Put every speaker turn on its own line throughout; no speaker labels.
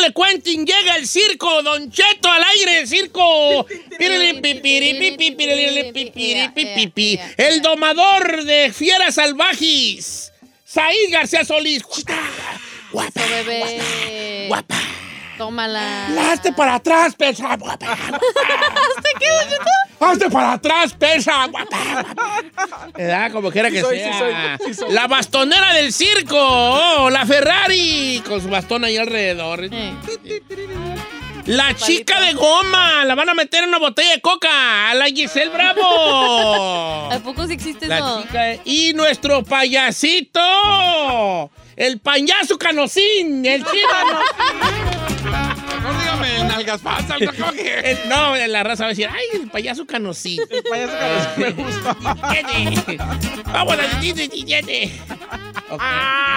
de Quentin llega el circo, Don Cheto al aire, el circo. El domador de fieras salvajes, Said García Solís. Guapa,
Eso, bebé.
guapa.
Tómala.
Hazte para atrás, persa, guapa.
¿Te quedas, Cheto?
Hazte para atrás, persa, guapa. guapa. ¿Verdad? Como quiera que
soy, sí
sea.
soy, sí soy.
La bastonera del circo, oh, la Ferrari, con su bastón ahí alrededor.
Eh.
La chica de goma, la van a meter en una botella de coca, a la Giselle Bravo.
¿A poco sí existe
La
eso?
chica de- Y nuestro payasito, el payaso canocín, el chino.
No dígame, nalgas falsas, no coge.
Eh, No, la raza va a decir, ay, el payaso canocín.
El payaso que me gusta.
Tiene. Vamos a tiene. Ok,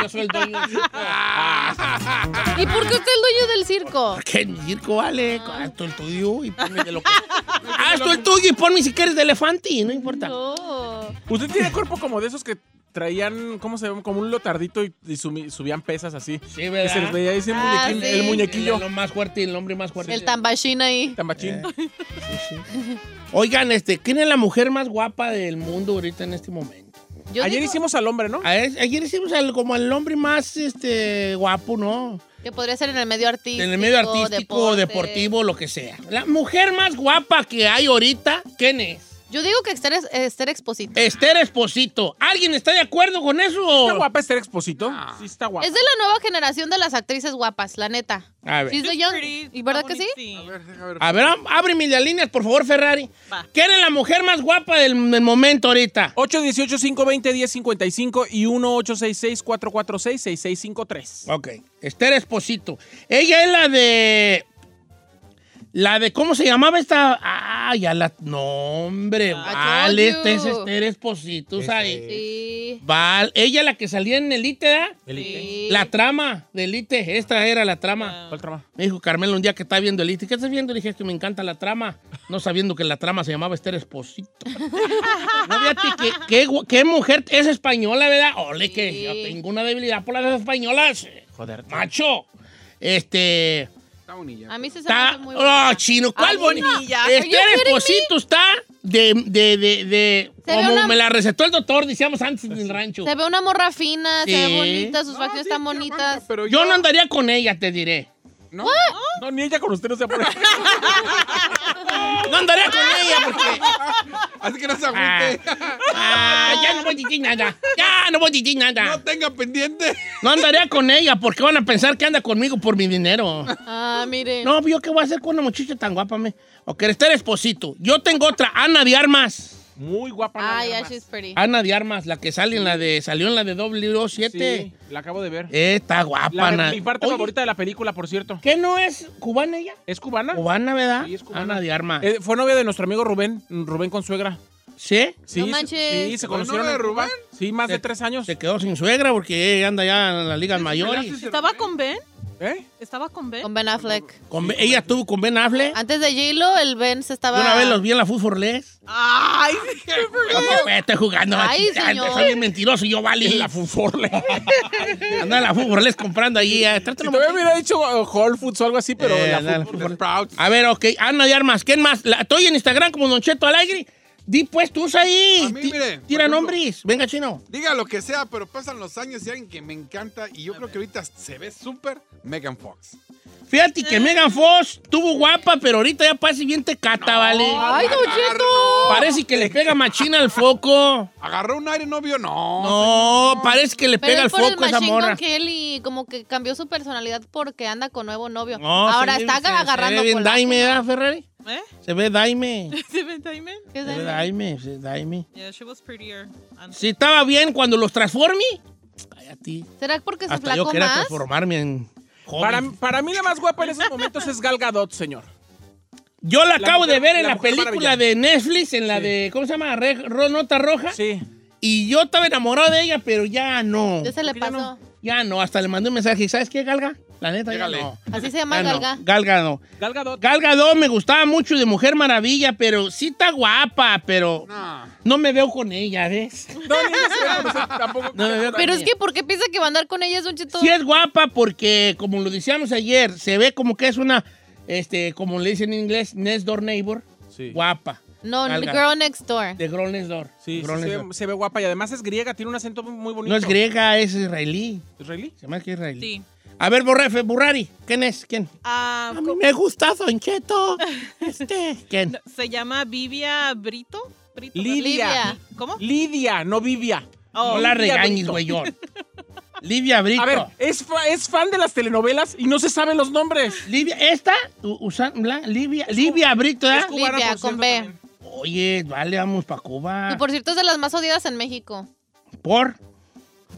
yo soy el dueño. Ah,
¿Y por qué usted es el dueño del circo?
¿Qué circo vale? Haz tú el tuyo y ponme de loco. Haz tú el tuyo y ponme si quieres de elefante, no importa.
No.
Usted tiene cuerpo como de esos que traían, ¿cómo se llama? Como un lotardito y, y sumi- subían pesas así.
Sí, ¿verdad?
Que se les veía ahí ese
Ah,
muñequín-
sí.
el
El
muñequillo.
lo más fuerte y el hombre más fuerte.
El tambachín ahí.
Tambachín.
Oigan, este, ¿quién es la mujer más guapa del mundo ahorita en este momento?
Yo
Ayer
digo
hicimos al hombre, ¿no?
Ayer, ayer hicimos al- como el hombre más este, guapo, ¿no?
que podría ser en el medio artístico.
En el medio artístico,
deporte.
deportivo, lo que sea. La mujer más guapa que hay ahorita, ¿quién es?
Yo digo que Esther, es- Esther Exposito.
Esther Esposito. ¿Alguien está de acuerdo con
Está
eso?
guapa Esther Exposito. Sí, está guapa.
Es de la nueva generación de las actrices guapas, la neta.
A ver.
She's the young- ¿Y verdad que sí?
A ver, am- ábreme las líneas, por favor, Ferrari.
Va.
¿Quién es la mujer más guapa del, del momento ahorita?
818-520-1055 y 1-866-446-6653.
Ok, Esther Esposito. Ella es la de... La de, ¿cómo se llamaba esta? Ah, ya la... No, hombre, vale,
told
esta es
you.
Esther Esposito, ahí.
Sí.
Val, ella la que salía en Elite, ¿verdad?
Sí.
La trama de Elite, E, esta era la
Ah.
trama.
¿Cuál trama?
Me dijo Carmelo un día que estaba viendo Elite. E, ¿Qué estás viendo? Le dije "Es que me encanta la trama. No sabiendo que la trama se llamaba Esther Esposito. no, fíjate que- qué gu- qué mujer es española, ¿verdad? Ole, que
Sí.
yo tengo una debilidad por las españolas.
Joder.
Macho. Este.
A mí se
Está.
sabe muy
Oh,
bonita.
chino, ¿cuál
Ay,
bonito?
no. Ya.
Are you
Esther
kidding me?
Esposito está de. de, de, de-
Se ve
como
una-
me la recetó el doctor, decíamos antes en el rancho.
Se ve una morra fina, se
Sí.
ve bonita, sus facciones están bonitas.
Pero
Yo no andaría con ella, te diré.
No, no, ni ella con usted no se pone.
No andaría con ella porque.
Así que no se
Ah,
agüite.
ah, ya no voy a decir nada. Ya no voy a decir
No
nada.
tenga pendiente.
No andaría con ella porque van a pensar que anda conmigo por mi dinero.
Ah, mire.
No, pues, yo qué voy a hacer con una muchacha tan guapa, me. O que estar esposito. Yo tengo otra, Ana de Armas.
Muy guapa. no,
Ah,
nada
yeah,
más.
she's pretty.
Ana de Armas, la que sale en la de. Salió en la de W7.
Sí, la acabo de ver.
Eh, está
La-
guapa, Ana.
mi parte
Oye,
favorita de la película, por cierto.
¿Qué no es cubana ella?
¿Es cubana?
Cubana, ¿verdad?
Sí, es cubana.
Ana de Armas.
Eh, fue novia de nuestro amigo Rubén, Rubén Consuegra.
¿Sí?
Sí,
No
se-
manches.
Sí, se
¿Fue novia
conocieron.
de
en Cuba.
Rubén?
Sí, más de
Se-
tres años.
Se quedó sin suegra porque ella anda ya en las ligas
Ah,
mayores.
¿Estaba con Ben?
¿Eh?
¿Estaba con Ben?
Con Ben Affleck.
Con Ben- ella estuvo con Ben Affleck.
Antes de J-Lo, el Ben se estaba...
Yo una vez los vi en la Fusforles.
¡Ay! sí,
No, pues, estoy jugando.
Ay,
machista,
señor.
Soy bien mentiroso y yo vale.
La Fuforle.
Anda en la Fusforles comprando ahí. eh,
Si
trátalo
todavía
mal.
hubiera dicho uh, Whole Foods o algo así, pero
Eh,
la
la- la
Fut-
Fut-
Sprouts.
A ver, ok. Ana de Armas. ¿Quién más? La- estoy en Instagram como Don Cheto Alegre. Di pues tú ahí.
A mí,
Ti-
mire, por
Tira
ejemplo.
nombres. Venga, chino.
Diga lo que sea, pero pasan los años y alguien que me encanta y yo creo que ahorita se ve súper Megan Fox.
Fíjate que Megan Fox estuvo guapa, pero ahorita ya parece bien tecata, ¿vale?
¡Ay, Don Cheto!
Parece que le pega machina al foco.
Agarró un aire novio, no.
No, parece que le
Pero
pega
es
al
por el
foco esa
Machine
morra.
Gun Kelly, como que cambió su personalidad porque anda con nuevo novio.
No,
Ahora
se ve-
está
se- se ve
agarrando
bien
colágeno.
Daime, ¿verdad, Ferrari?
¿Eh?
Se ve daime.
¿Se ve Diamond?
¿Qué es
Se ve
Daime?
daime, se ve daime.
Yeah, she was prettier. antes.
Si estaba bien cuando los transformé. Ay, a ti.
¿Será porque se
Hasta yo
flacó
quería
más?
transformarme en joven.
para, para mí la más guapa en esos momentos es Gal Gadot, señor.
yo la
la
acabo de
mujer-
ver en
la
la,
mujer
película
maravilla.
de Netflix, en la
Sí.
de, ¿cómo se llama? Re- Ro- Nota Roja.
Sí.
Y yo estaba enamorado de ella, pero ya no.
Ya se le
¿Por qué
pasó.
no?
Ya no. Hasta le mandé un mensaje. ¿Sabes qué, Galga? La neta, ya
Llégale.
no.
Así se llama
Ya no.
Galga.
Galga no.
Gal Gadot.
Gal Gadot me gustaba mucho de Mujer Maravilla, pero sí está guapa, pero
No.
no me veo con ella, ¿ves?
No, ni ella se iba a conocer tampoco.
No me veo con
Pero es
ella.
que, ¿por qué piensa que va a andar con ella, Don Cheto?
Sí es guapa porque, como lo decíamos ayer, se ve como que es una, este, como le dicen en inglés, next door neighbor,
Sí.
guapa.
No,
Galga.
Girl Next Door.
De girl next door.
Sí, sí,
Girl
se,
next
ve,
door.
se ve guapa y además es griega, tiene un acento muy bonito.
No es griega, es israelí.
¿Israelí?
Se llama que israelí.
Sí.
A ver, Borrefe, Burrari, ¿quién es? ¿Quién?
Ah,
A mí me gusta Soncheto. Este. ¿Quién?
se llama Vivia Brito. Brito ¿no?
Lidia.
Livia.
¿Cómo?
Lidia, no Vivia.
No
Oh,
la
Livia
regañes,
Brito.
güeyón. Livia Brito.
A ver, es, fa- es fan de las telenovelas y no se saben los nombres.
Livia, esta, u- usan, bla- Livia, Livia Brito, ¿eh?
Es cubana,
Livia,
por
con
cierto,
B.
también.
Oye, vale, vamos para
Y
Cuba.
por cierto, es de las más odiadas en México.
Por.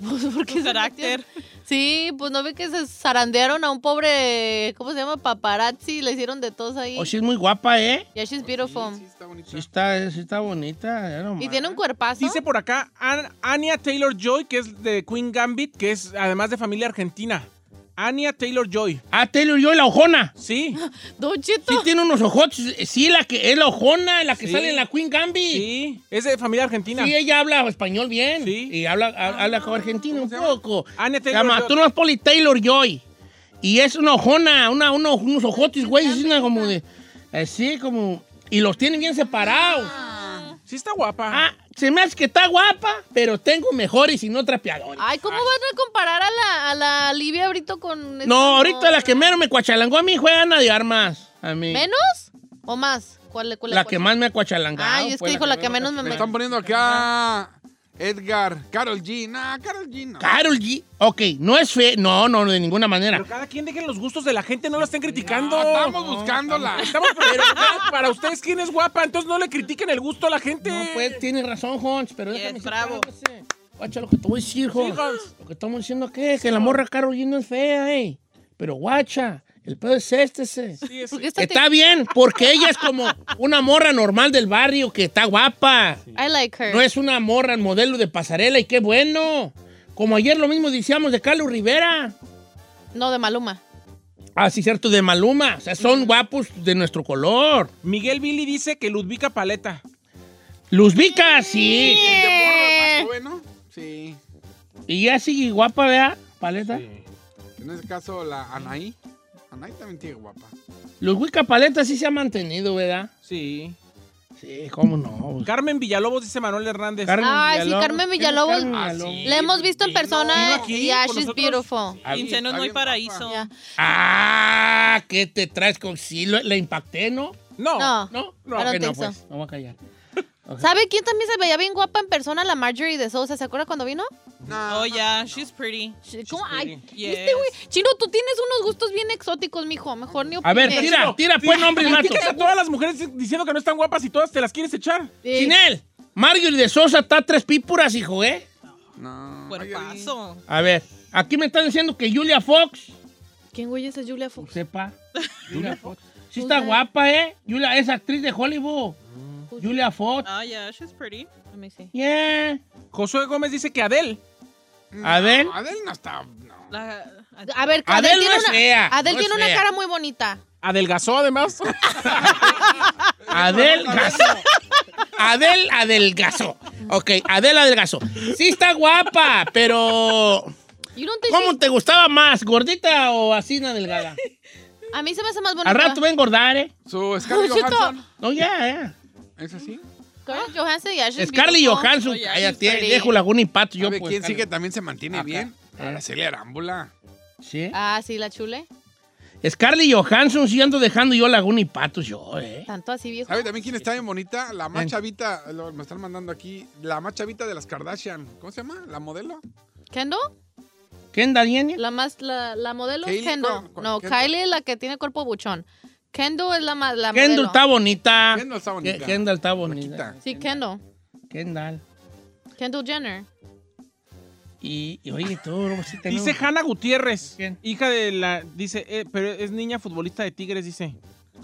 Pues porque
Su carácter.
Sí, pues no ve que se zarandearon a un pobre, ¿cómo se llama? Paparazzi, le hicieron de todos ahí.
Oye, Oh, es muy guapa, ¿eh?
Yeah, she's beautiful.
Sí, sí, está bonita.
Sí está, sí está bonita. ya nomás.
Y tiene un cuerpazo.
Dice por acá An- Anya Taylor Joy, que es de Queen Gambit, que es además de familia argentina. Anya Taylor Joy.
Ah, Taylor Joy, la ojona.
Sí,
Don Cheto.
Sí tiene unos ojotes. eh, Sí, la que es la ojona, la que
Sí.
sale en la Queen Gambi. Sí.
sí. Es de familia argentina.
ella habla español bien.
Sí. Ah,
Y habla, ha- habla como argentino un poco.
Anya
Se
Ah, Taylor
llama,
Joy.
tú no es Poli Taylor Joy. Y es una ojona, una, uno- unos ojotes, güey. Es una como de. Así como. Y los tiene bien separados.
Sí está guapa.
Ah, se me hace que está guapa, pero tengo mejores y no trapeadores.
Ay, ¿cómo van a comparar a la, a la Livia Brito con... este esta
No, ahorita
morra?
la que mero me cuachalangó a mí fue Ana de Armas. A mí.
¿Menos o más? ¿Cuál, cuál
la
cuál?
que más me ha cuachalangado.
pues, Ay, es que
fue
dijo la que menos me
Me
metió.
están poniendo acá Edgar, Carol G. Nah, Carol G no.
Carol G. Ok, no es fe. No, no, de ninguna manera.
Pero cada quien dejen los gustos de la gente, no la estén criticando.
No, estamos Ah, buscándola.
Estamos preguntando para ustedes quién es guapa, entonces no le critiquen el gusto a la gente.
No, pues tienes razón, Hons, pero
Yes,
déjame decirte
bravo.
algo, ese. Guacha, lo que te voy a decir, Hons.
Hons.
Lo que estamos diciendo que que la morra Carol G no es fea, eh. Pero guacha, el pedo es este, ese.
Sí, es-
¿Por qué esta te-
Está bien, porque ella es como una morra normal del barrio que está guapa.
I like her.
No es una morra modelo de pasarela y qué bueno. Como ayer lo mismo decíamos de Carlos Rivera.
No, de Maluma.
Ah, sí, cierto, de Maluma. O sea, son guapos de nuestro color.
Miguel Billy dice que Ludvica Paleta.
Luz Vica, sí.
El de
Eh.
morro es más joven, ¿no? Sí.
Y ya sigue guapa, ¿verdad? Paleta.
En ese caso, la Anaí. Anaí también tiene guapa.
Luz Vica Paleta sí se ha mantenido, ¿verdad?
Sí.
Sí, cómo no. Pues,
Carmen Villalobos dice Manuel Hernández.
Carmen
Ay, sí,
Villalobos.
Carmen
¿Quién es
Villalobos?
Carmen
Ah, sí.
Villalobos?
La hemos visto en persona.
vino aquí
yeah,
con
she's
nosotros.
beautiful.
Ah,
Sí,
Quincenos
está
no hay
bien guapa.
paraíso.
Yeah.
Ah, ¿qué te traes con sí? lo- Le impacté, ¿no?
No.
No.
No,
I
no,
don't
que no,
think so.
pues. No voy a callar.
¿Sabe quién también se veía bien guapa en persona? La Marjorie de Sousa. ¿Se acuerda cuando vino?
No,
Oh, yeah, she's pretty.
¿Cómo? Ay,
pretty.
¿viste, güey? Chino, tú tienes unos gustos bien exóticos, mijo. Mejor ni
A ver,
opines.
tira, tira, pues, nombres, mato.
Criticas a todas las mujeres diciendo que no están guapas y todas te las quieres echar.
Sí.
Chinel, Marjorie de Sosa está tres pípuras, hijo, ¿eh?
no.
Cuerpazo.
A ver, aquí me están diciendo que Julia Fox.
¿Quién, güey, es Julia
Pues
Fox?
sepa. Julia Fox. Sí
Who's
está
that?
guapa, ¿eh? Julia es actriz de Hollywood. Julia Fox.
Oh, yeah, she's pretty. Let me see.
Yeah.
Josué Gómez dice que Adel.
Adel.
Adel.
Adel no está. No.
La, ah, a-
A ver,
Adele
Adel,
no
tiene
es
una,
fea,
Adele
no es
tiene una
fea.
cara muy bonita.
Adelgazó además.
Adel Adel Adelgazo. Ok, Adel Adelgazo. Sí está guapa, pero.
You don't think
¿Cómo te gustaba más? ¿Gordita o así una delgada?
she- A mí se me hace más bonita.
Al rato va a engordar, ¿eh?
Su Scarlett
Don Cheto.
Johansson.
No, ya, ya.
¿Es así?
Scarlett Johansson, yeah, she's
Scarlett
beautiful.
Johansson,
Oye,
cállate.
sí.
Dejo Laguna y Pato. Yo,
¿Sabe
pues,
quién sí que
Scarlett.
también se mantiene
Acá.
bien?
Ah.
Araceli Arámbula.
Sí.
Ah, sí, la chule.
Scarlett Johansson sí ando dejando yo Laguna y Pato, yo, ¿eh?
Tanto así, viejo.
¿Sabe también quién está bien bonita? La más
Ven.
chavita, lo- me están mandando aquí, la más chavita de las Kardashian. ¿Cómo se llama? ¿La modelo?
¿Kendall?
¿Kendall Jenner?
La más, la, la modelo es
Kylie,
Kendall.
¿cuál- cuál-
no,
Kendall?
Kylie es la que tiene cuerpo buchón. Kendall es la más, la
Kendall
modelo.
está bonita.
Kendall está bonita.
Ke- Kendall está bonita.
Flaquita.
Sí, Kendall.
Kendall.
Kendall Jenner.
Y, y oye, tú, pues, si te
Dice Hanna Gutiérrez.
¿Quién?
Hija de la. Dice, eh, pero es niña futbolista de Tigres, dice.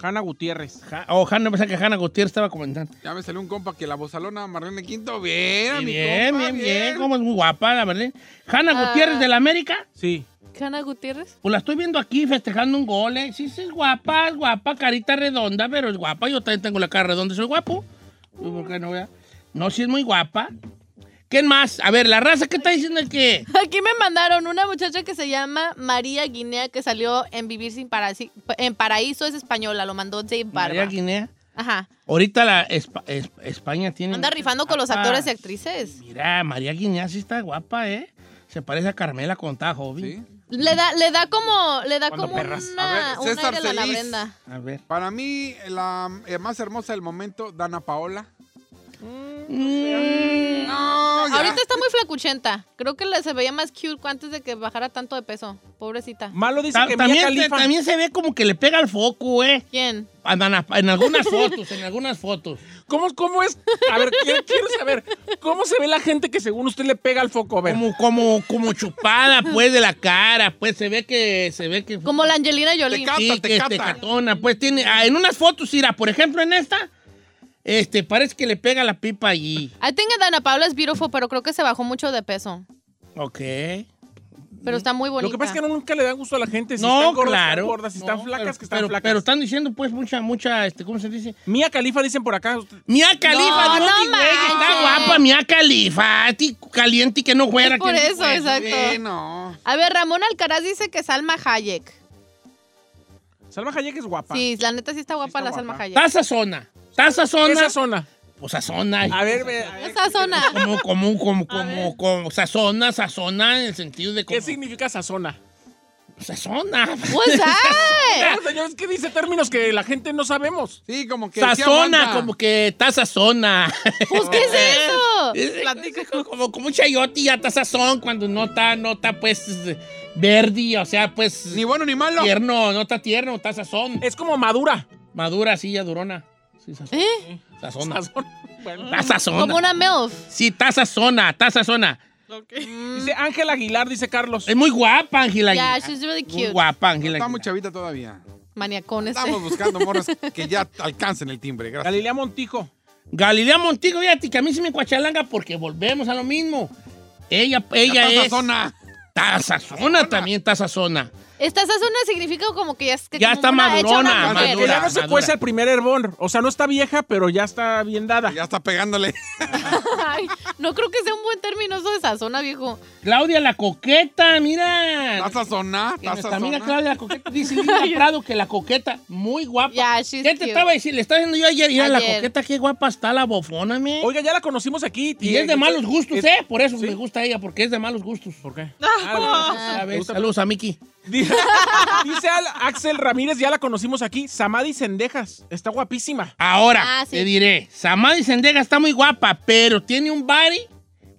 Hanna Gutiérrez.
Ja- oh, Hanna, pensaba que Hanna Gutiérrez estaba comentando.
Ya me salió un compa que la bozalona Marlene Quinto. Bien,
Sí,
mi
bien,
compa,
bien, bien, Como es muy guapa, la verdad. Hanna
Ah.
Gutiérrez de la América.
Sí.
Cana Gutiérrez.
Pues la estoy viendo aquí festejando un gol. ¿eh? Sí, sí, es guapa, es guapa, carita redonda, pero es guapa. Yo también tengo la cara redonda, soy guapo. Uy, ¿Por qué no vea? No, sí es muy guapa. ¿Quién más? A ver, la raza, ¿qué está diciendo el que?
Aquí me mandaron una muchacha que se llama María Guinea que salió en Vivir sin Paraíso. En Paraíso es española, lo mandó Dave
María
Barba.
Guinea.
Ajá.
Ahorita la Espa- Es- España tiene.
Anda
muchas
rifando con los
guapas.
actores y actrices.
Mira, María Guinea sí está guapa, ¿eh? Se parece a Carmela con tajo,
¿Sí?
Le da, le da como, le da
Cuando
como
perras.
una,
A ver,
un
César
aire a la
Celis.
Brenda.
A ver.
Para mí, la eh, más hermosa del momento, Dana Paola.
Mm,
No, ya.
Ahorita está muy flacuchenta. Creo que la- se veía más cute antes de que bajara tanto de peso. Pobrecita.
Malo dice
ta-
que Mia
también,
Khalifa.
también se ve como que le pega al foco, ¿eh?
¿Quién?
Andan a- En algunas fotos, en algunas fotos.
¿Cómo, ¿Cómo es? A ver, quiero, quiero saber. ¿Cómo se ve la gente que según usted le pega al foco? A ver.
Como, como, como chupada, pues, de la cara, pues, se ve que, se ve que...
Como la Angelina Jolie.
Te ca-
Sí,
Cata,
que es
cata.
tecatona, pues, tiene... ah, en unas fotos, mira, por ejemplo, en esta, este, parece que le pega la pipa allí.
I think Dana Paula es beautiful, pero creo que se bajó mucho de peso.
Ok.
Pero está muy bonita.
Lo que pasa es que nunca le dan gusto a la gente. Si
no,
están gordas,
claro.
están gordas. Si
No,
están flacas,
pero-
que están
pero,
flacas.
Pero están diciendo, pues, mucha, mucha, este, ¿cómo se dice?
Mía Califa dicen por acá.
Mía Califa,
No,
Dios,
no
mi güey, que está
manches.
guapa Mía Califa, ti caliente y que no fuera.
Es por
que-
eso, exacto.
Sí, no.
A ver, Ramón Alcaraz dice que Salma Hayek.
Salma Hayek es guapa.
Sí, la neta sí está guapa
está
la
guapa.
Salma Hayek.
Está sazona, está sazona,
Esa zona.
pues sazona.
A ver, ve, a ver,
Esa zona.
Como, como, como, como, como, sazona, sazona en el sentido de como,
¿qué significa esa zona?
sazona.
What's that?
Claro, señor, es que dice términos que la gente no sabemos.
Sí, como que. sí
Sazona,
aguanta.
como que está sazona.
Pues, ¿qué es eso?
Es como, como, como un chayote ya está sazón cuando no está, no está pues verde, o sea, pues
Ni bueno ni malo.
tierno, no está tierno, está sazón.
Es como madura.
Madura, sí, ya durona. Sí, sazón.
¿Eh?
Sazona.
Esa zona. Bueno.
Está sazona.
Como una MILF.
Sí, está sazona, está sazona.
Okay.
Dice Ángel Aguilar, dice Carlos.
Es muy guapa, Ángela.
Yeah,
Aguilar.
she's really
Muy
cute.
guapa, Ángela.
Está muy
Aguilar.
chavita todavía.
Maniacones.
Estamos buscando morras que ya alcancen el timbre. Gracias.
Galilea Montijo.
Galilea Montigo, fíjate que a mí sí me cuachalanga porque volvemos a lo mismo. Ella, ella
Ya está
es.
sazona.
Está sazona también, está sazona.
Esta esa zona significa como que ya, es- que
Ya
como
está
una- hecha una
madurona,
mujer.
Que
madura.
ya no se
madura.
cuece el primer hervor. O sea, no está vieja, pero ya está bien dada.
Ya está pegándole.
Ay, no creo que sea un buen término eso de esa zona, viejo.
Claudia la coqueta, mira.
Está sazona.
Que
Está
Nuestra amiga
sazona.
Claudia la coqueta dice Linda Prado que la coqueta, muy guapa.
Yeah, she's
¿Qué te
cute.
estaba diciendo? Le estaba diciendo yo ayer, mira la
Ayer.
coqueta, qué guapa está la bofona, me.
Oiga, ya la conocimos aquí.
Y es de malos gustos,
es-
¿eh? Por eso
¿Sí?
me gusta ella, porque es de malos gustos. Ah,
¿Por qué?
Ah, Oh,
A ver,
Me gusta-
saludos a Miki.
Dice, dice al- Axel Ramírez, ya la conocimos aquí. Samadi Sendejas. Está guapísima.
Ahora,
Ah, sí.
te diré, Samadhi Sendega está muy guapa, pero tiene un body,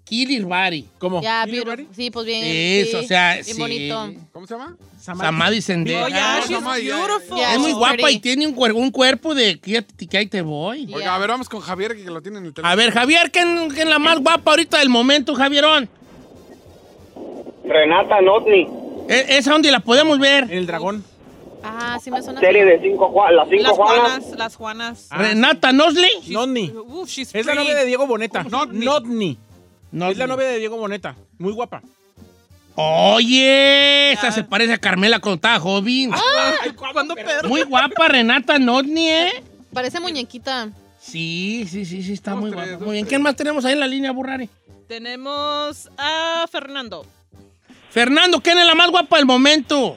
killer body.
¿Cómo?
Ya,
¿Milly Bobby?
beautiful. Sí, pues bien.
Oh. Eso, o sea,
bien
sí.
bonito.
¿Cómo se llama?
Samadhi.
Samadhi
Oh,
Sendega.
yeah,
no,
she's
no, ya, ya.
beautiful.
Yeah,
Ah, es muy
she's
guapa
pretty.
y tiene un, cuer- un cuerpo de que, ya- que ahí te voy.
Yeah.
Oiga, a ver, vamos con Javier que lo tiene en el teléfono.
A ver, Javier, ¿quién quién es la más guapa ahorita del momento, Javierón?
Renata Notni,
E- ¿Esa donde la podemos ver?
En el dragón.
Ah, sí me suena.
serie de cinco Juan, las cinco
Las
Juanas.
Juanas, las Juanas.
Ah,
¿Renata Nosley?
Notni.
Ooh, she's
Es la
pretty.
novia de Diego Boneta.
¿Cómo se llama?
Notni.
Nosley.
Es la novia de Diego Boneta. Muy guapa.
Oye, esa
Ya.
se parece a Carmela cuando estaba joven.
Ay,
¿Cuándo, Pedro?
Muy guapa Renata Notni, ¿eh?
Parece muñequita.
Sí, sí, sí, sí, está
Dos,
muy
tres,
guapa.
dos,
Muy bien,
tres.
¿quién más tenemos ahí en la línea, Burrari?
Tenemos a Fernando.
Fernando, ¿quién es la más guapa del momento?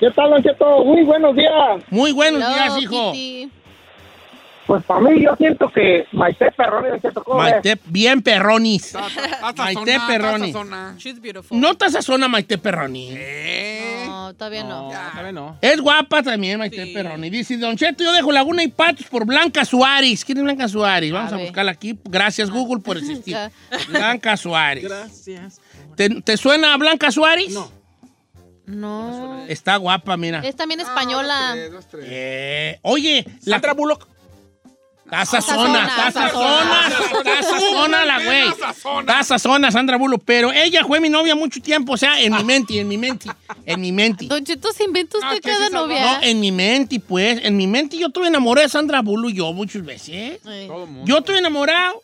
¿Qué tal, Don Cheto? Muy buenos días.
Muy buenos
Hello,
días, hijo.
Kitty.
Pues para mí yo siento que Maite Ferroni, Don Cheto, ¿cómo ves?
Maite, bien perronis.
Está- está- está
Maite
sazona, está
Perroni.
sazona.
She's beautiful.
No te sazona Maite Perroni.
Eh.
No, todavía no.
No, todavía no.
Es guapa también Maite
Sí.
Perroni. Dice, Don Cheto, yo dejo Laguna y Patos por Blanca Suárez. ¿Quién es Blanca Suárez? Vamos
A
a,
ver.
buscarla aquí. Gracias, Google, por existir.
Ya.
Blanca Suárez.
Gracias.
¿Te, te suena a Blanca Suárez?
No.
No.
Está guapa, mira.
Es también
Ah,
española.
dos, tres, dos, tres.
Eh, oye, la
Sandra Bullock.
Taza zona,
Sazona,
taza zona,
sazona.
taza zona la güey.
Taza zona.
Taza zona, Sandra Bulo. Pero ella fue mi novia mucho tiempo, o sea, en mi mente, en mi mente, en mi mente.
Don Cheto, se inventa
Ah,
usted
es que
cada
sí se
novia.
No, eh. en mi mente, pues. En mi mente yo estuve enamorado de Sandra Bulo yo muchas veces.
Ay,
Todo mundo.
Yo estoy enamorado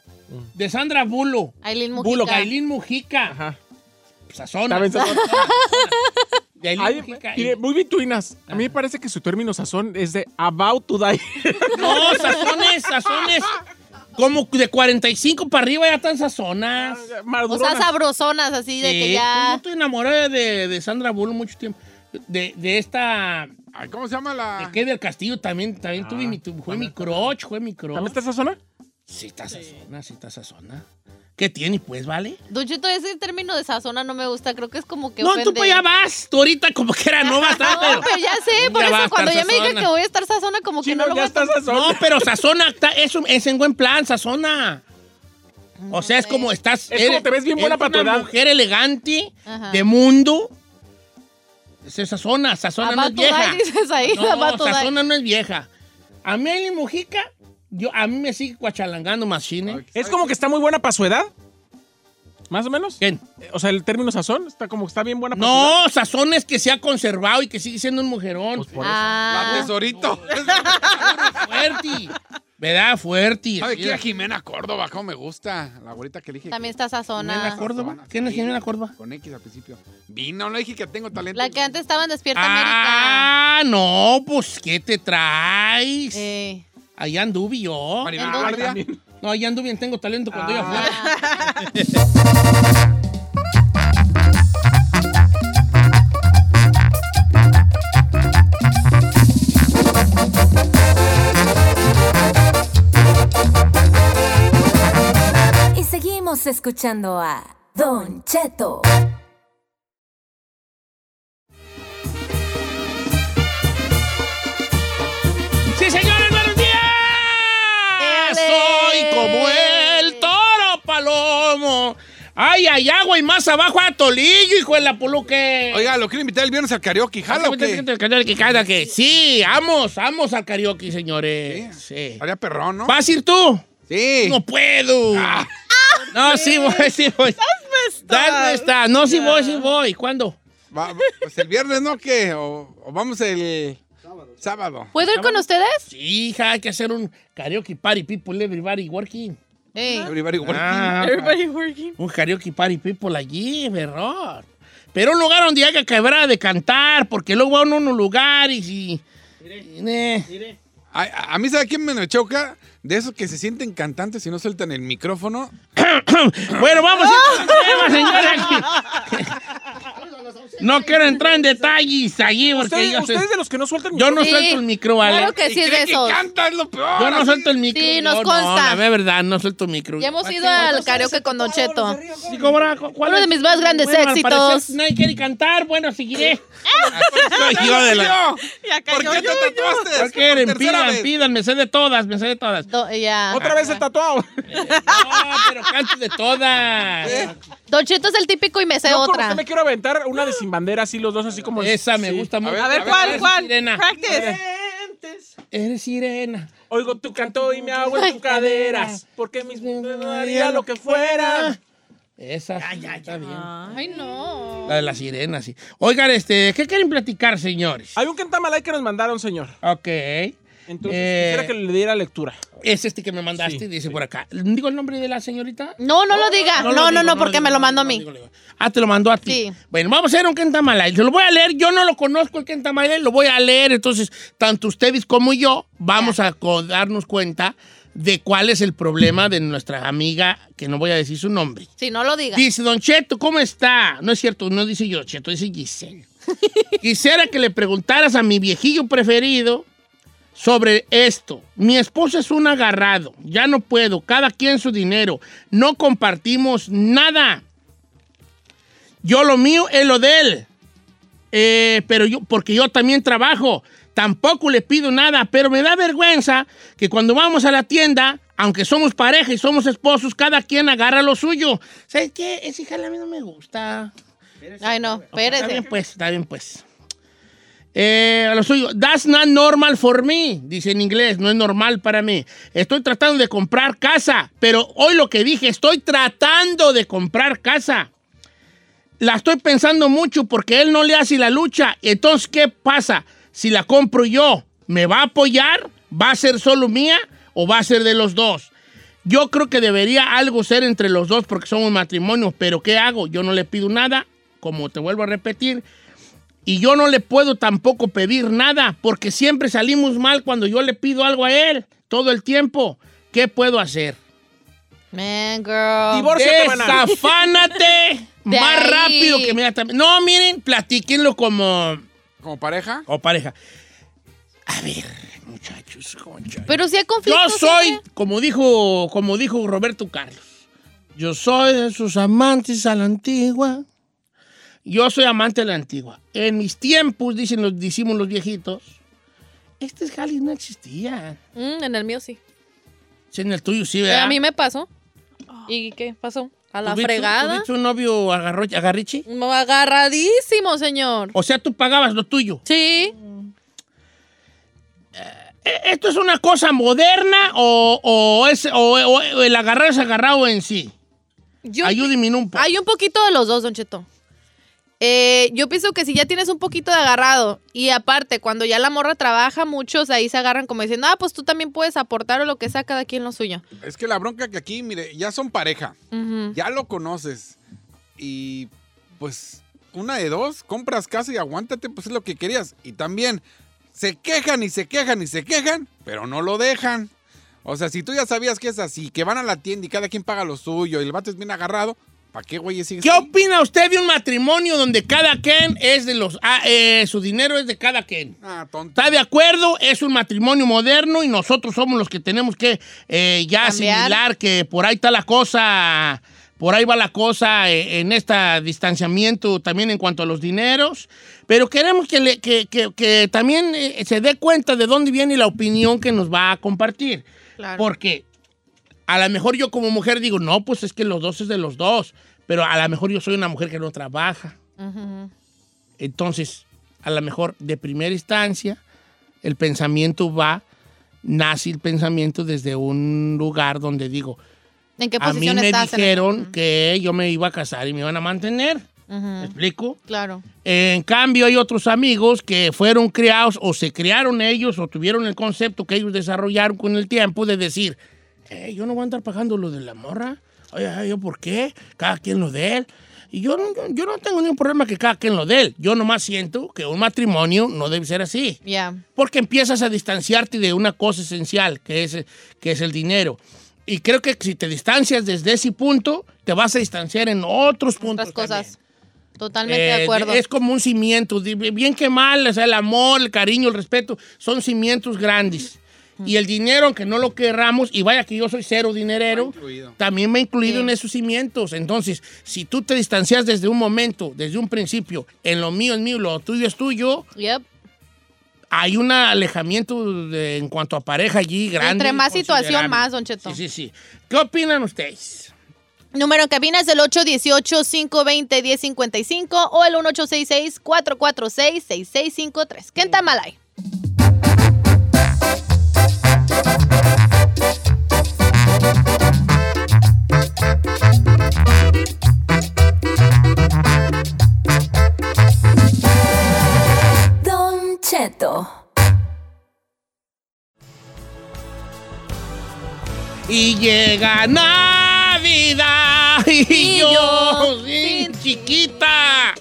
de Sandra Bulo.
Aileen Mujica.
Bulo, Gailín Mujica.
Ajá.
sazona.
También sazona.
De ahí
Ay,
lógica y-
mire, muy bituinas. A mí me parece que su término sazón es de about to die.
No, sazones, sazones. Como de 45 para arriba ya están sazonas.
O
Madurona.
sea, sabrosonas así Ah, de que
Sí,
ya.
pues, Yo estoy enamorada de, de Sandra Bullock mucho tiempo. De, de esta.
Ay, ¿Cómo se llama la...?
de
Ah.
que del Castillo también, también tuve mi. tu- Fue mi crotch, fue mi crotch.
¿También está sazona?
Sí, está sazona, sí, está sazona. ¿Qué tiene, pues, vale?
Duchito, ese término de sazona no me gusta. Creo que es como que.
No, tú
ofende.
pues ya vas. Tú ahorita como que era no vas a
No,
estar,
Ah, pero ya sé, por
Ya va a
eso
estar
cuando ya me digan
sazona.
que voy a estar sazona, como que
Chino,
no lo voy
ya
a
está sazona.
No, pero sazona, está- es, un- es en buen plan, sazona. O sea, es
sé.
como estás.
Es como te ves bien buena
eres
para tu
una
edad.
mujer elegante,
Ajá.
de mundo. Se sazona, sazona no es
Abato, ay,
vieja.
dices ahí, abato,
No,
ay.
sazona no es vieja. A Meli Mujica, yo, a mí me sigue guachalangando machine.
Ay,
Es como que está muy buena para su edad. ¿Más o menos?
¿Quién?
Eh, O sea, el término sazón está como que está bien buena para su edad.
No, sazón es que se ha conservado y que sigue siendo un mujerón.
Pues por eso.
La
Ah,
tesorito.
fuerte. ¿Verdad? Fuerte.
¿Sabe
Sí,
qué? Jimena Córdoba, cómo me gusta. La abuelita que elige.
también está
Jimena
sazona.
Córdoba. ¿Quién es Jimena Córdoba?
Con X al principio. Vino, no dije que tengo talento.
La que antes estaba en Despierta América.
Ah, no, pues, ¿qué te traes?
Eh,
Allá anduve yo.
Maribel
¿En dónde?
Guardia.
No, allá anduve en Tengo Talento cuando iba afuera.
ah,
Y seguimos escuchando a Don Cheto.
¡Sí, señores, buenos días!
¡Ele!
Soy como el toro palomo. ¡Ay, ay, agua y más abajo a Tolillo, hijo de la puluque!
Oiga, lo quiero invitar el viernes al karaoke.
Ah,
¿Jala o qué?
que cada que sí, vamos, vamos al karaoke, señores. Sí.
Estaría perrón, ¿no?
¿Vas a ir tú?
Sí. Ah.
No puedo. No, sí voy, sí voy. Dame está. No, sí voy, sí voy. ¿Cuándo?
Va- va- pues el viernes, ¿no? ¿Qué? O, o vamos el sábado.
¿Puedo ir con ustedes?
Sí, hija, hay que hacer un karaoke party people everybody working.
Eh,
Everybody working.
Ah,
Everybody working.
un karaoke party people allí, ¿verdad? Pero un lugar donde haya quebrada de cantar, porque luego va uno a un lugar y si... Eh.
Ay, A, a mí, ¿sabe quién me choca? De esos que se sienten cantantes y no sueltan el micrófono.
Bueno, vamos a ir con el tema, señora. No quiero entrar en detalles allí porque
Usted-
yo, sé-
ustedes de los que no sueltan
yo no
Sí.
suelto el micro, ¿vale?
claro que
Y
sí es de
cree que
esos.
canta, es lo peor.
Yo no
así.
suelto el micro.
Sí, nos
Yo
consta.
No, la verdad, no suelto el micro.
Ya hemos ido al karaoke con Don Cheto.
Sí, ¿cómo era? ¿Cu- cuál
Uno de
es?
mis más grandes
Bueno, al
éxitos.
parecer Nadie quiere cantar. Bueno, seguiré.
Ay,
Yo de la-
Dios.
Y acá
¿Por
yo,
qué
yo,
te
yo.
tatuaste?
¿Cuál quieren?
Por tercera
Pidan,
vez.
pidan. Me sé de todas, me sé de todas.
Do- eh, Ah, ya.
Otra vez el tatuado.
No, pero canto de todas.
Don Cheto es el típico y me sé
Yo con
otra.
usted me quiero aventar una de sin bandera, así los dos, así como.
Esa me
pues Sí.
gusta mucho.
A ver, ¿cuál,
eres
cuál?
Sirena.
Practice.
Eres sirena.
Oigo tu canto y me hago en tus caderas. Porque mis no haría lo que
Ah.
fuera.
Esa está bien.
Ay, no.
La de la sirena, sí. Oigan, este, ¿qué quieren platicar, señores?
Hay un cantamalay que nos mandaron, señor.
Ok.
Entonces,
Eh.
quisiera que le diera lectura.
Es este que me mandaste,
Sí,
dice por acá. ¿Digo el nombre de la señorita?
No, no lo diga. No,
lo
no,
digo,
no,
lo
porque
digo,
me lo mandó a
no
mí.
digo, lo digo. Ah, te lo mandó a ti.
Sí.
Bueno, vamos a hacer un Kentamalay. Se lo voy a leer. Yo no lo conozco el Kentamalay, lo voy a leer. Entonces, tanto ustedes como yo vamos a co- darnos cuenta de cuál es el problema de nuestra amiga, que no voy a decir su nombre.
Sí, no lo diga.
Dice, Don Cheto, ¿cómo está? No es cierto, no dice yo, Cheto, dice Giselle. Quisiera que le preguntaras a mi viejillo preferido sobre esto. Mi esposa es un agarrado, ya no puedo, cada quien su dinero, no compartimos nada. Yo lo mío, él lo de él. Eh, pero yo, porque yo también trabajo, tampoco le pido nada, pero me da vergüenza que cuando vamos a la tienda, aunque somos pareja y somos esposos, cada quien agarra lo suyo. ¿Sabes qué? Esa hija a mí no me gusta.
Ay, no,
Está bien,
espérese.
pues, está bien, pues. Eh, a lo suyo. That's not normal for me, dice en inglés. No es normal para mí. Estoy tratando de comprar casa, pero hoy lo que dije, estoy tratando de comprar casa. La estoy pensando mucho porque él no le hace la lucha. Entonces, ¿qué pasa? Si la compro yo, ¿me va a apoyar? ¿Va a ser solo mía o va a ser de los dos? Yo creo que debería algo ser entre los dos porque somos matrimonio, pero ¿qué hago? Yo no le pido nada, como te vuelvo a repetir. Y yo no le puedo tampoco pedir nada, porque siempre salimos mal cuando yo le pido algo a él, todo el tiempo. ¿Qué puedo hacer?
Man, girl.
Divórciate, maná.
¡Desafánate!
Ah, De
más
ahí.
rápido que mira también. No, miren, platíquenlo como,
¿Como pareja?
como pareja. A ver, muchachos, concha.
Pero si hay conflicto.
Yo soy,
siempre.
como dijo, como dijo Roberto Carlos, yo soy de sus amantes a la antigua. Yo soy amante a la antigua. En mis tiempos, dicen los, decimos los viejitos, estos jalis no existían.
Mm, en el mío sí.
Sí, En el tuyo sí,
Pero
¿verdad?
Eh, a mí me pasó. ¿Y qué pasó? A la
¿Tuviste-
fregada. Mm,
¿Tuviste un novio agarro- agarrichi?
Agarradísimo, señor.
O sea, tú pagabas lo tuyo.
Sí.
¿E- ¿Esto es una cosa moderna o, o es, o- o el agarrar es agarrado en sí?
Yo-
Ayúdeme un poco.
Hay un poquito de los dos, Don Cheto. Eh, yo pienso que si ya tienes un poquito de agarrado y aparte cuando ya la morra trabaja, muchos ahí se agarran como diciendo, ah, pues tú también puedes aportar o lo que sea cada quien lo suyo.
Es que la bronca que aquí, mire, ya son pareja.
Ujú.
Ya lo conoces. Y pues una de dos, compras casa y aguántate, pues es lo que querías. Y también se quejan y se quejan y se quejan, pero no lo dejan. O sea, si tú ya sabías que es así, que van a la tienda y cada quien paga lo suyo y el vato es bien agarrado, ¿para qué güey sigues?
¿Qué
ahí?
opina usted de un matrimonio donde cada quien es de los... ah, eh, su dinero es de cada quien?
Ah, tonto.
¿Está de acuerdo? Es un matrimonio moderno y nosotros somos los que tenemos que eh, ya
Cambiar.
asimilar que por ahí está la cosa, por ahí va la cosa eh, en este distanciamiento también en cuanto a los dineros. Pero queremos que, le- que- que- que también eh, se dé cuenta de dónde viene la opinión que nos va a compartir.
Claro.
Porque a lo mejor yo como mujer digo, no, pues es que los dos es de los dos, pero a lo mejor yo soy una mujer que no trabaja.
Ujú.
Entonces, a lo mejor de primera instancia, el pensamiento va, nace el pensamiento desde un lugar donde digo,
¿En qué
a mí
posición
me
estás? en el-
dijeron que yo me iba a casar y me iban a mantener. ¿Me
Ujú.
explico?
Claro.
En cambio, hay otros amigos que fueron criados o se criaron ellos o tuvieron el concepto que ellos desarrollaron con el tiempo de decir, "Eh, yo no voy a andar pagando lo de la morra. Oye, ay, yo por qué? Cada quien lo de él. Y yo no, yo- yo no tengo ningún problema que cada quien lo de él. Yo nomás siento que un matrimonio no debe ser así.
Ya.
Porque empiezas a distanciarte de una cosa esencial, que es, que es el dinero. Y creo que si te distancias desde ese punto, te vas a distanciar en otros puntos.
Otras cosas.
también.
Totalmente
Eh,
de acuerdo.
Es como un cimiento, di- bien que mal, o sea, el amor, el cariño, el respeto, son cimientos grandes. Y el dinero, aunque no lo querramos, y vaya que yo soy cero dinerero,
incluido.
también me he incluido
Sí.
en esos cimientos. Entonces, si tú te distancias desde un momento, desde un principio, en lo mío es mío, lo tuyo es tuyo,
Yep.
hay un alejamiento de- en cuanto a pareja allí grande.
Entre más situación,
considerable.
más, Don Cheto.
Sí, sí, sí. ¿Qué opinan ustedes?
Número en cabina es el 818-520-1055 o el 1866-446-6653. Kenta Malay.
Don Cheto.
Y llega Navidad y,
Y
yo,
yo
sin
sin
chiquita.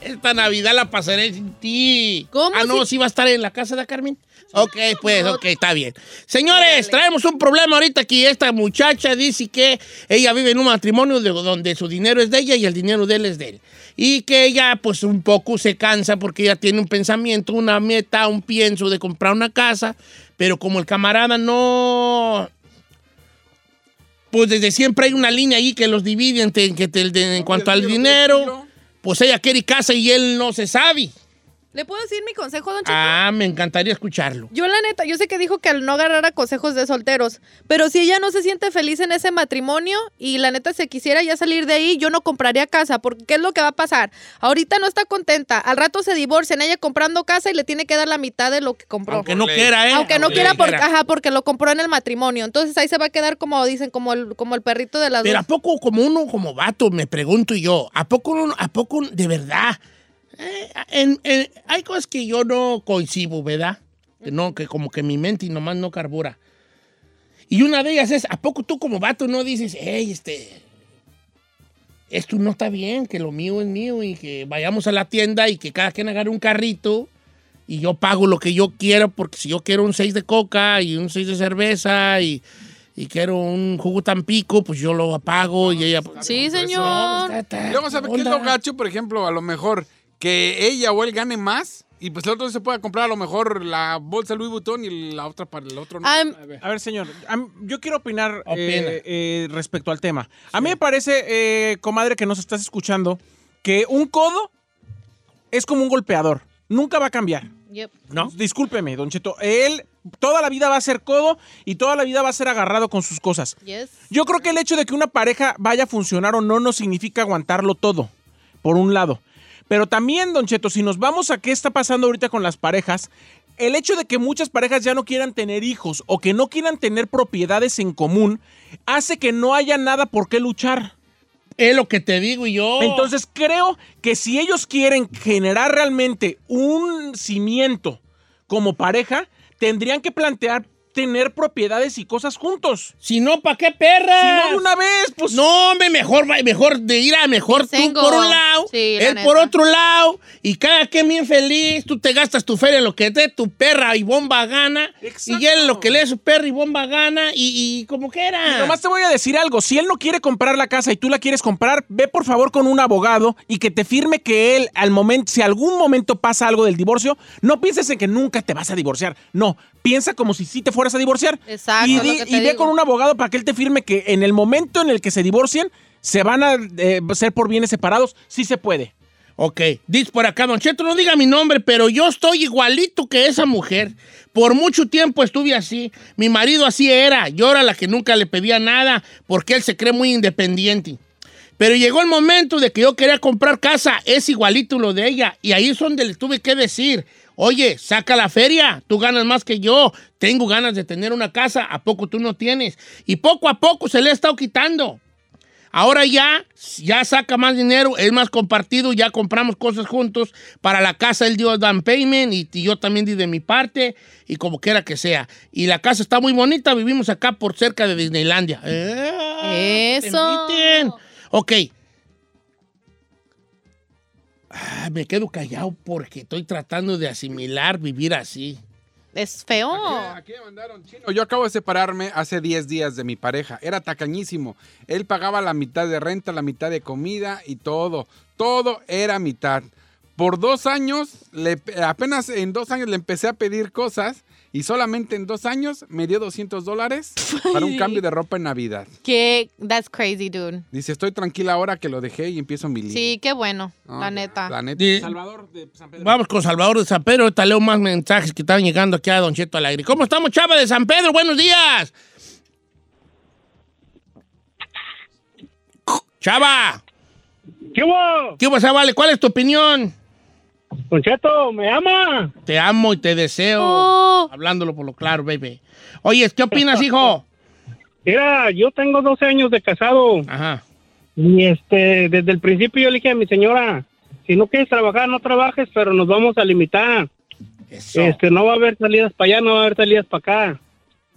Esta Navidad la pasaré sin ti.
¿Cómo
Ah, no,
si-
sí va a estar en la casa de Carmen. Ok, pues, ok, está bien. Señores, traemos un problema ahorita aquí. Esta muchacha dice que ella vive en un matrimonio de- donde su dinero es de ella y el dinero de él es de él. Y que ella, pues, un poco se cansa porque ella tiene un pensamiento, una meta, un pienso de comprar una casa. Pero como el camarada no pues desde siempre hay una línea ahí que los divide en, te- que te- de- en cuanto al dinero. Pues ella quiere casa y él no se sabe.
¿Le puedo decir mi consejo, Don Cheto?
Ah, me encantaría escucharlo.
Yo la neta, yo sé que dijo que al no agarrara consejos de solteros, pero si ella no se siente feliz en ese matrimonio y la neta se quisiera ya salir de ahí, yo no compraría casa, porque ¿qué es lo que va a pasar? Ahorita no está contenta, al rato se divorcian, ella comprando casa y le tiene que dar la mitad de lo que compró.
Aunque no quiera, ¿eh?
Aunque no quiera, porque,
caja.
ajá, porque lo compró en el matrimonio. Entonces ahí se va a quedar como dicen, como el, como el perrito de las
Pero ¿a
dos.
poco como uno, como vato, me pregunto yo, ¿a poco, uno- a poco un- de verdad? Eh, en- en- hay cosas que yo no concibo, ¿verdad? Que no, que como que mi mente nomás no carbura. Y una de ellas es, ¿a poco tú como vato no dices, hey, este, esto no está bien, que lo mío es mío y que vayamos a la tienda y que cada quien agarre un carrito y yo pago lo que yo quiero, porque si yo quiero un 6 de coca y un 6 de cerveza y, y quiero un jugo tampico, pues yo lo pago y ella... pues,
Sí,
No, pues,
señor.
está- está-
Luego, ¿sabe qué es
onda.
lo gacho? Por ejemplo, a lo mejor que ella o él gane más y pues el otro se pueda comprar a lo mejor la bolsa Louis Vuitton y la otra para el otro. no.
Am-
A ver.
A ver, señor, am- yo quiero opinar
Opina.
eh, eh, respecto al tema. A mí me parece, eh, comadre, que nos estás escuchando, que un codo es como un golpeador. Nunca va a cambiar.
Yep.
¿No?
Discúlpeme, Don Cheto. Él toda la vida va a ser codo y toda la vida va a ser agarrado con sus cosas.
Yes.
Yo creo que el hecho de que una pareja vaya a funcionar o no no significa aguantarlo todo, por un lado. Pero también, Don Cheto, si nos vamos a qué está pasando ahorita con las parejas, el hecho de que muchas parejas ya no quieran tener hijos o que no quieran tener propiedades en común hace que no haya nada por qué luchar.
Es lo que te digo y yo...
Entonces creo que si ellos quieren generar realmente un cimiento como pareja, tendrían que plantear tener propiedades y cosas juntos.
Si no, ¿para qué perra?
Si no de una vez, pues
No, hombre, mejor, va- mejor de ir a mejor tú
Single.
por un lado,
Sí, la
él
neta.
por otro lado, y cada quien bien feliz, tú te gastas tu feria en lo que te tu perra y bomba gana, y él lo que le dé su perra y bomba gana, y, y como que
Y
Ah.
era.
Nomás te voy a decir algo, si él no quiere comprar la casa y tú la quieres comprar, ve por favor con un abogado y que te firme que él, al momento, si algún momento pasa algo del divorcio, no pienses en que nunca te vas a divorciar, no, piensa como si sí te fueras a divorciar.
Exacto,
Y,
es lo
di-
que te
y ve
digo.
con un abogado para que él te firme que en el momento en el que se divorcien, se van a eh, ser por bienes separados, sí se puede.
Ok, dice por acá, Don Cheto, no diga mi nombre, pero yo estoy igualito que esa mujer. Por mucho tiempo estuve así. Mi marido así era. Yo era la que nunca le pedía nada porque él se cree muy independiente. Pero llegó el momento de que yo quería comprar casa. Es igualito lo de ella. Y ahí es donde le tuve que decir, oye, saca la feria. Tú ganas más que yo. Tengo ganas de tener una casa. ¿A poco tú no tienes? Y poco a poco se le ha estado quitando. Ahora ya, ya saca más dinero, es más compartido, ya compramos cosas juntos. Para la casa él dio down payment y, y yo también di de mi parte y como quiera que sea. Y la casa está muy bonita, vivimos acá por cerca de Disneylandia. ¡Eh!
Eso.
permiten. Ok. Ah, me quedo callado porque estoy tratando de asimilar vivir así.
Es feo.
Aquí me mandaron chino. Yo acabo de separarme hace 10 días de mi pareja. Era tacañísimo. Él pagaba la mitad de renta, la mitad de comida y todo. Todo era mitad. Por dos años, le- apenas en dos años le empecé a pedir cosas y solamente en dos años me dio 200 dólares para un cambio de ropa en Navidad.
Que that's crazy, dude.
Dice, estoy tranquila ahora que lo dejé y empiezo mi vida.
Sí, qué bueno,
No,
la
ya,
neta.
La neta.
Di-
Salvador de San Pedro.
Vamos con Salvador de San Pedro. Ahorita leo más mensajes que están llegando aquí a Don Cheto al aire. ¿Cómo estamos, Chava de San Pedro? Buenos días. Chava,
¿Qué hubo?
¿qué pasa, vale? ¿Cuál es tu opinión?
Concheto, ¿me ama?
Te amo y te deseo.
Oh.
Hablándolo por lo claro, baby. Oye, ¿qué opinas, hijo?
Mira, yo tengo 12 años de casado
Ajá.
y este, desde el principio yo le dije a mi señora, si no quieres trabajar, no trabajes, pero nos vamos a limitar.
Eso.
Este, no va a haber salidas para allá, no va a haber salidas para acá.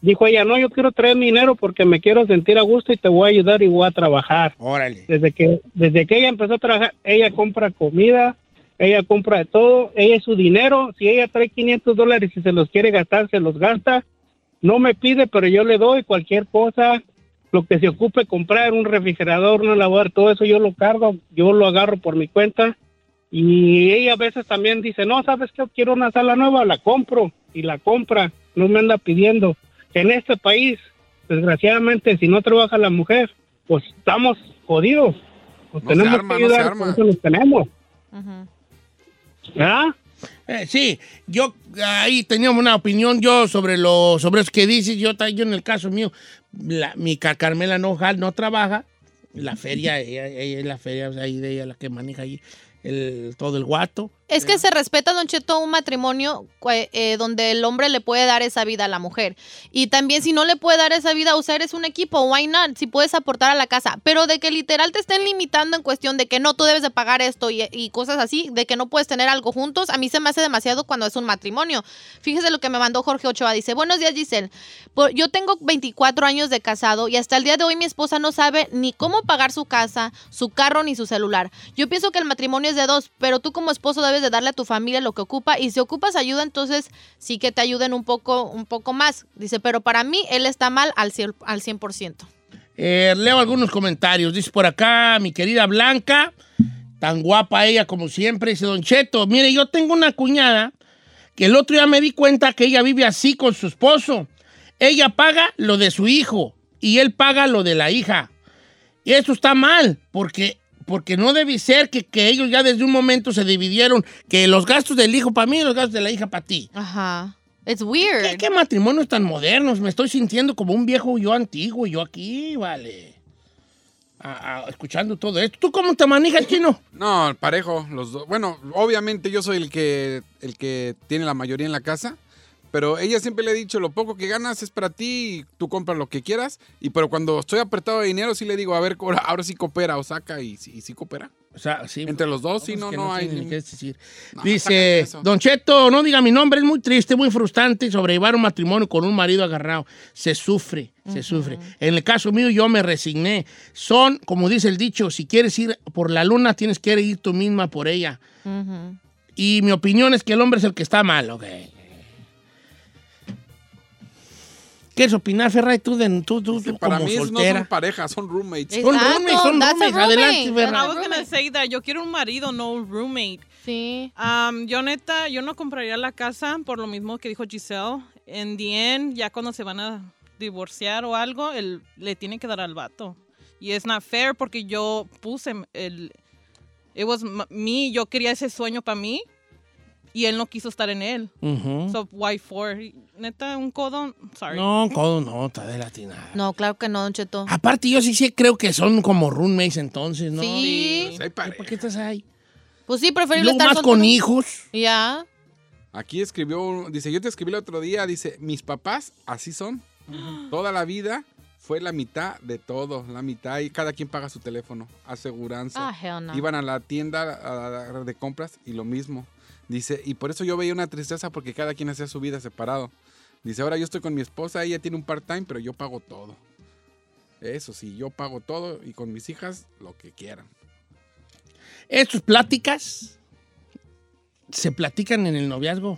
Dijo ella, no, yo quiero traer mi dinero porque me quiero sentir a gusto y te voy a ayudar y voy a trabajar.
Órale.
Desde que, desde que ella empezó a trabajar, ella compra comida, ella compra de todo, ella es su dinero. Si ella trae 500 dólares y se los quiere gastar, se los gasta. No me pide, pero yo le doy cualquier cosa. Lo que se ocupe comprar, un refrigerador, una lavadora, todo eso yo lo cargo, yo lo agarro por mi cuenta. Y ella a veces también dice, no, ¿sabes qué? Quiero una sala nueva, la compro y la compra, no me anda pidiendo. En este país, desgraciadamente, si no trabaja la mujer, pues estamos jodidos. Pues
No se arma, no se arma.
por eso los tenemos.
Ujú.
¿Ah?
Eh, sí, yo ahí teníamos una opinión yo sobre lo sobre eso que dices. Yo, ta- yo en el caso mío, la- mi ca- Carmela no, jal- no trabaja. La feria, ella, ella es la feria o sea, ahí de ella la que maneja ahí el, todo el guato.
Es que se respeta, Don Cheto, un matrimonio cua- eh, donde el hombre le puede dar esa vida a la mujer. Y también si no le puede dar esa vida, usted eres un equipo, why not? Si puedes aportar a la casa. Pero de que literal te estén limitando en cuestión de que no, tú debes de pagar esto y, y cosas así, de que no puedes tener algo juntos, a mí se me hace demasiado cuando es un matrimonio. Fíjese lo que me mandó Jorge Ochoa. Dice, buenos días Giselle. Por- yo tengo 24 años de casado y hasta el día de hoy mi esposa no sabe ni cómo pagar su casa, su carro ni su celular. Yo pienso que el matrimonio es de dos, pero tú como esposo debes de darle a tu familia lo que ocupa y si ocupas ayuda, entonces sí que te ayuden un poco, un poco más. Dice, pero para mí él está mal al, cien- al 100%.
Eh, leo algunos comentarios. Dice por acá mi querida Blanca, tan guapa ella como siempre. Dice Don Cheto, mire, yo tengo una cuñada que el otro día me di cuenta que ella vive así con su esposo. Ella paga lo de su hijo y él paga lo de la hija. Y eso está mal, porque, porque no debe ser que, que ellos ya desde un momento se dividieron, que los gastos del hijo para mí y los gastos de la hija para ti.
Ajá. It's
¿Qué,
weird.
qué matrimonios tan modernos? Me estoy sintiendo como un viejo yo antiguo, yo aquí, vale. A- a- escuchando todo esto. ¿Tú cómo te manejas, chino?
No, parejo, los dos. Bueno, obviamente yo soy el que, el que tiene la mayoría en la casa, pero ella siempre le ha dicho, lo poco que ganas es para ti, y tú compras lo que quieras, y pero cuando estoy apretado de dinero sí le digo, a ver, ahora, ahora sí coopera o saca, y, sí- y sí coopera.
O sea, sí.
Entre los dos, sí,
cosas
no,
que
no, hay...
tienen ni
ningún-
qué decir.
No, sácate
Dice,
eso.
Don Cheto, no diga mi nombre, es muy triste, muy frustrante sobrellevar un matrimonio con un marido agarrado. Se sufre, se sufre. En el caso mío, yo me resigné. Son, como dice el dicho, si quieres ir por la luna, tienes que ir tú misma por ella.
Ujú.
Y mi opinión es que el hombre es el que está mal, ok. ¿Quieres opinar, Ferrari, tú, de, tú, tú, tú
Para
como
mí es- no
soltera?
son parejas, son roommates.
Eh,
Son
Exacto,
roomies, son
that's a
roomies.
roommate.
Adelante,
I
Ferrari.
was gonna say that. Yo quiero un marido, no un roommate.
Sí.
Um, yo neta, yo no compraría la casa por lo mismo que dijo Giselle. En the end, ya cuando se van a divorciar o algo, el- le tiene que dar al vato. Y es not fair porque yo puse el... It was m- me, yo quería ese sueño para mí y él no quiso estar en él.
Ujú.
So, why for? Neta, un codo, sorry.
Mm. No, codo, no, está de latina.
No, claro que no, Don Cheto.
Aparte, yo sí, sí creo que son como roommates entonces, Ah, ¿no?
Sí.
Sí, hay
Ay,
pareja.
¿Para qué estás ahí?
Pues sí,
Y
preferible
luego
estar
más con
soltero.
hijos.
Ya.
Aquí escribió, un- dice, yo te escribí el otro día, dice, mis papás así son. Toda la vida fue la mitad de todo, la mitad y cada quien paga su teléfono, aseguranza.
Ah, hell no.
Iban a la tienda a- a- de compras y lo mismo. Dice, y por eso yo veía una tristeza porque cada quien hacía su vida separado. Dice, ahora yo estoy con mi esposa, ella tiene un part-time, pero yo pago todo. Eso sí, yo pago todo y con mis hijas lo que quieran.
Estas pláticas se platican en el noviazgo.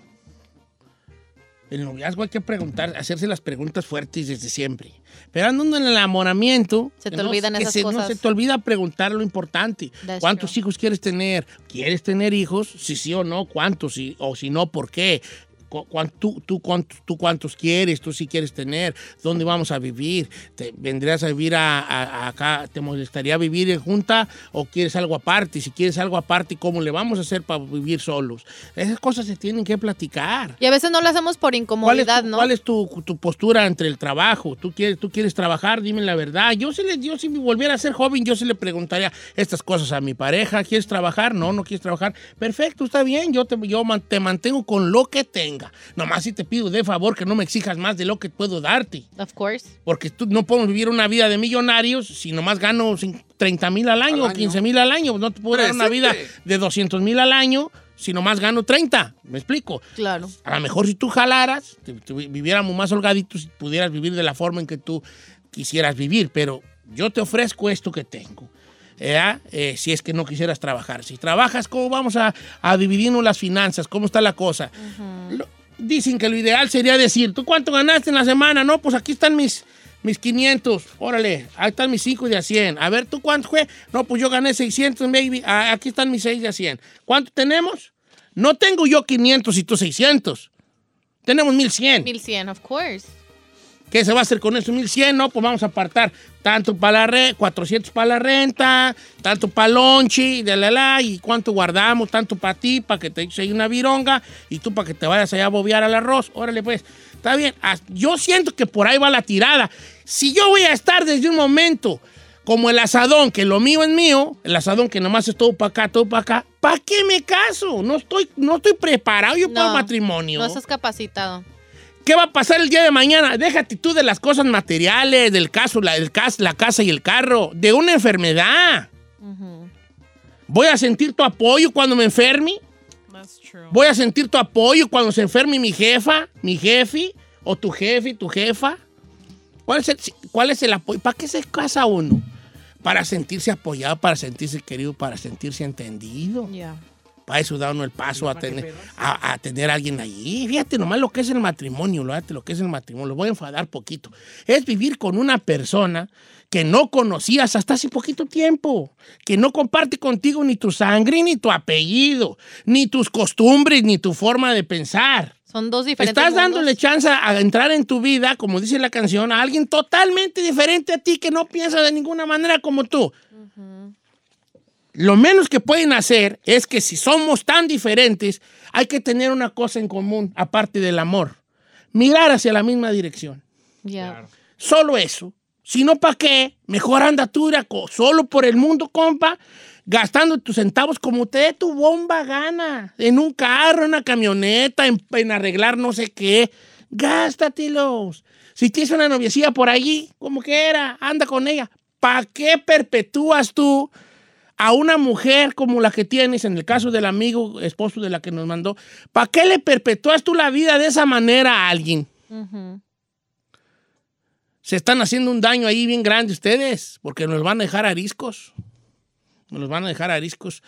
En el noviazgo hay que preguntar, hacerse las preguntas fuertes desde siempre. Pero andando en el enamoramiento,
Se te
que no-
olvidan
que
esas
se-
cosas.
No se te olvida preguntar lo importante.
That's
¿Cuántos
true.
hijos quieres tener? ¿Quieres tener hijos? Si sí o no, ¿cuántos? Y- o si no, ¿por qué? Cu- cuán- tú, tú cuántos, tú cuántos quieres? ¿Tú sí quieres tener? ¿Dónde vamos a vivir? ¿Te, ¿Vendrías a vivir a, a- a acá? ¿Te molestaría vivir en junta o quieres algo aparte? Si quieres algo aparte, ¿cómo le vamos a hacer para vivir solos? Esas cosas se tienen que platicar.
Y a veces no lo hacemos por
¿Cuál es,
incomodidad,
tu,
¿no?
cuál es tu- tu postura entre el trabajo? ¿Tú quieres, ¿Tú quieres trabajar? Dime la verdad. Yo si, le, yo si me volviera a ser joven, yo se le preguntaría estas cosas a mi pareja. ¿Quieres trabajar? No, no quieres trabajar. Perfecto, está bien. Yo te, yo man- te mantengo con lo que tenga. Nomás si te pido de favor que no me exijas más de lo que puedo darte.
Of course.
Porque tú no podemos vivir una vida de millonarios si nomás gano cin- 30 mil al año o
año.
15 mil al año. No te puedo dar una vida
Presente.
de 200 mil al año si nomás gano 30. ¿Me explico?
Claro.
A lo mejor si tú jalaras, te- te- viviéramos más holgaditos y pudieras vivir de la forma en que tú quisieras vivir, pero yo te ofrezco esto que tengo. ¿verdad? Eh, si es que no quisieras trabajar. Si trabajas, ¿cómo vamos a, a dividirnos las finanzas? ¿Cómo está la cosa? Lo- dicen que lo ideal sería decir, ¿tú cuánto ganaste en la semana? No, pues aquí están mis, mis 500. Órale, ahí están mis 5 de a 100. A ver, ¿tú cuánto fue? No, pues yo gané 600, maybe. Ah, aquí están mis 6 de a 100. ¿Cuánto tenemos? No tengo yo 500 y tú 600. Tenemos 1100.
1100, of course.
¿Qué se va a hacer con esos 1100? No, pues vamos a apartar tanto para la renta, 400 para la renta, tanto para lonchi, de la la, y cuánto guardamos, tanto para ti, para que te eches ahí una vironga, y tú para que te vayas allá a bobear al arroz. Órale, pues, está bien. As- Yo siento que por ahí va la tirada. Si yo voy a estar desde un momento como el asadón, que lo mío es mío, el asadón que nomás es todo para acá, todo para acá, ¿para qué me caso? No estoy, no estoy preparado yo para un matrimonio.
No estás capacitado.
¿Qué va a pasar el día de mañana? Déjate tú de las cosas materiales, del caso, la, el cas- la casa y el carro, de una enfermedad. Voy a sentir tu apoyo cuando me enferme.
That's true.
Voy a sentir tu apoyo cuando se enferme mi jefa, mi jefe, o tu jefe, tu jefa. ¿Cuál es el, cuál es el apoyo? ¿Para qué se casa uno? Para sentirse apoyado, para sentirse querido, para sentirse entendido.
Yeah.
Para eso da uno el paso a tener, a, a tener a alguien allí. Fíjate nomás lo que es el matrimonio, lo, lo que es el matrimonio. Lo voy a enfadar poquito. Es vivir con una persona que no conocías hasta hace poquito tiempo, que no comparte contigo ni tu sangre, ni tu apellido, ni tus costumbres, ni tu forma de pensar.
Son dos diferentes.
Estás
mundos.
dándole chance a entrar en tu vida, como dice la canción, a alguien totalmente diferente a ti que no piensa de ninguna manera como tú. Lo menos que pueden hacer es que si somos tan diferentes, hay que tener una cosa en común, aparte del amor. Mirar hacia la misma dirección.
Ya.
Solo eso. Si no, ¿para qué? Mejor anda tú mira, co- solo por el mundo, compa, gastando tus centavos como te dé tu bomba gana. En un carro, en una camioneta, en, en arreglar no sé qué. Gástatelos. Si tienes una noviecilla por allí, como que era, anda con ella. ¿Para qué perpetúas tú a una mujer como la que tienes, en el caso del amigo esposo de la que nos mandó? ¿Para qué le perpetúas tú la vida de esa manera a alguien?
Ujú.
se están haciendo un daño ahí bien grande ustedes, porque nos van a dejar ariscos. Nos van a dejar ariscos.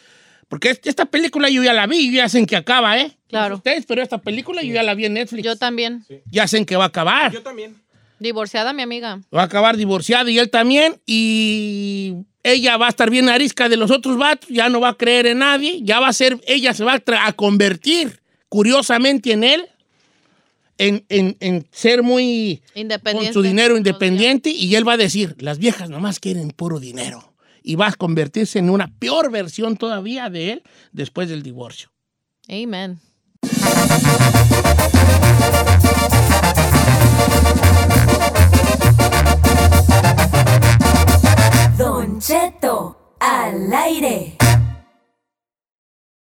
Porque es- esta película yo ya la vi, yo ya sé en que acaba, ¿eh? No
Claro.
sé Ustedes, pero esta película yo ya la vi en Netflix.
Yo también.
ya sé en que va a acabar.
Yo también.
Divorciada, mi amiga.
Va a acabar divorciado y él también. Y ella va a estar bien arisca de los otros vatos, ya no va a creer en nadie, ya va a ser, ella se va a, tra- a convertir curiosamente en él, en, en- en ser muy con
Independiente.
su dinero independiente y él va a decir, las viejas nomás quieren puro dinero. Y va a convertirse en una peor versión todavía de él después del divorcio.
Amen.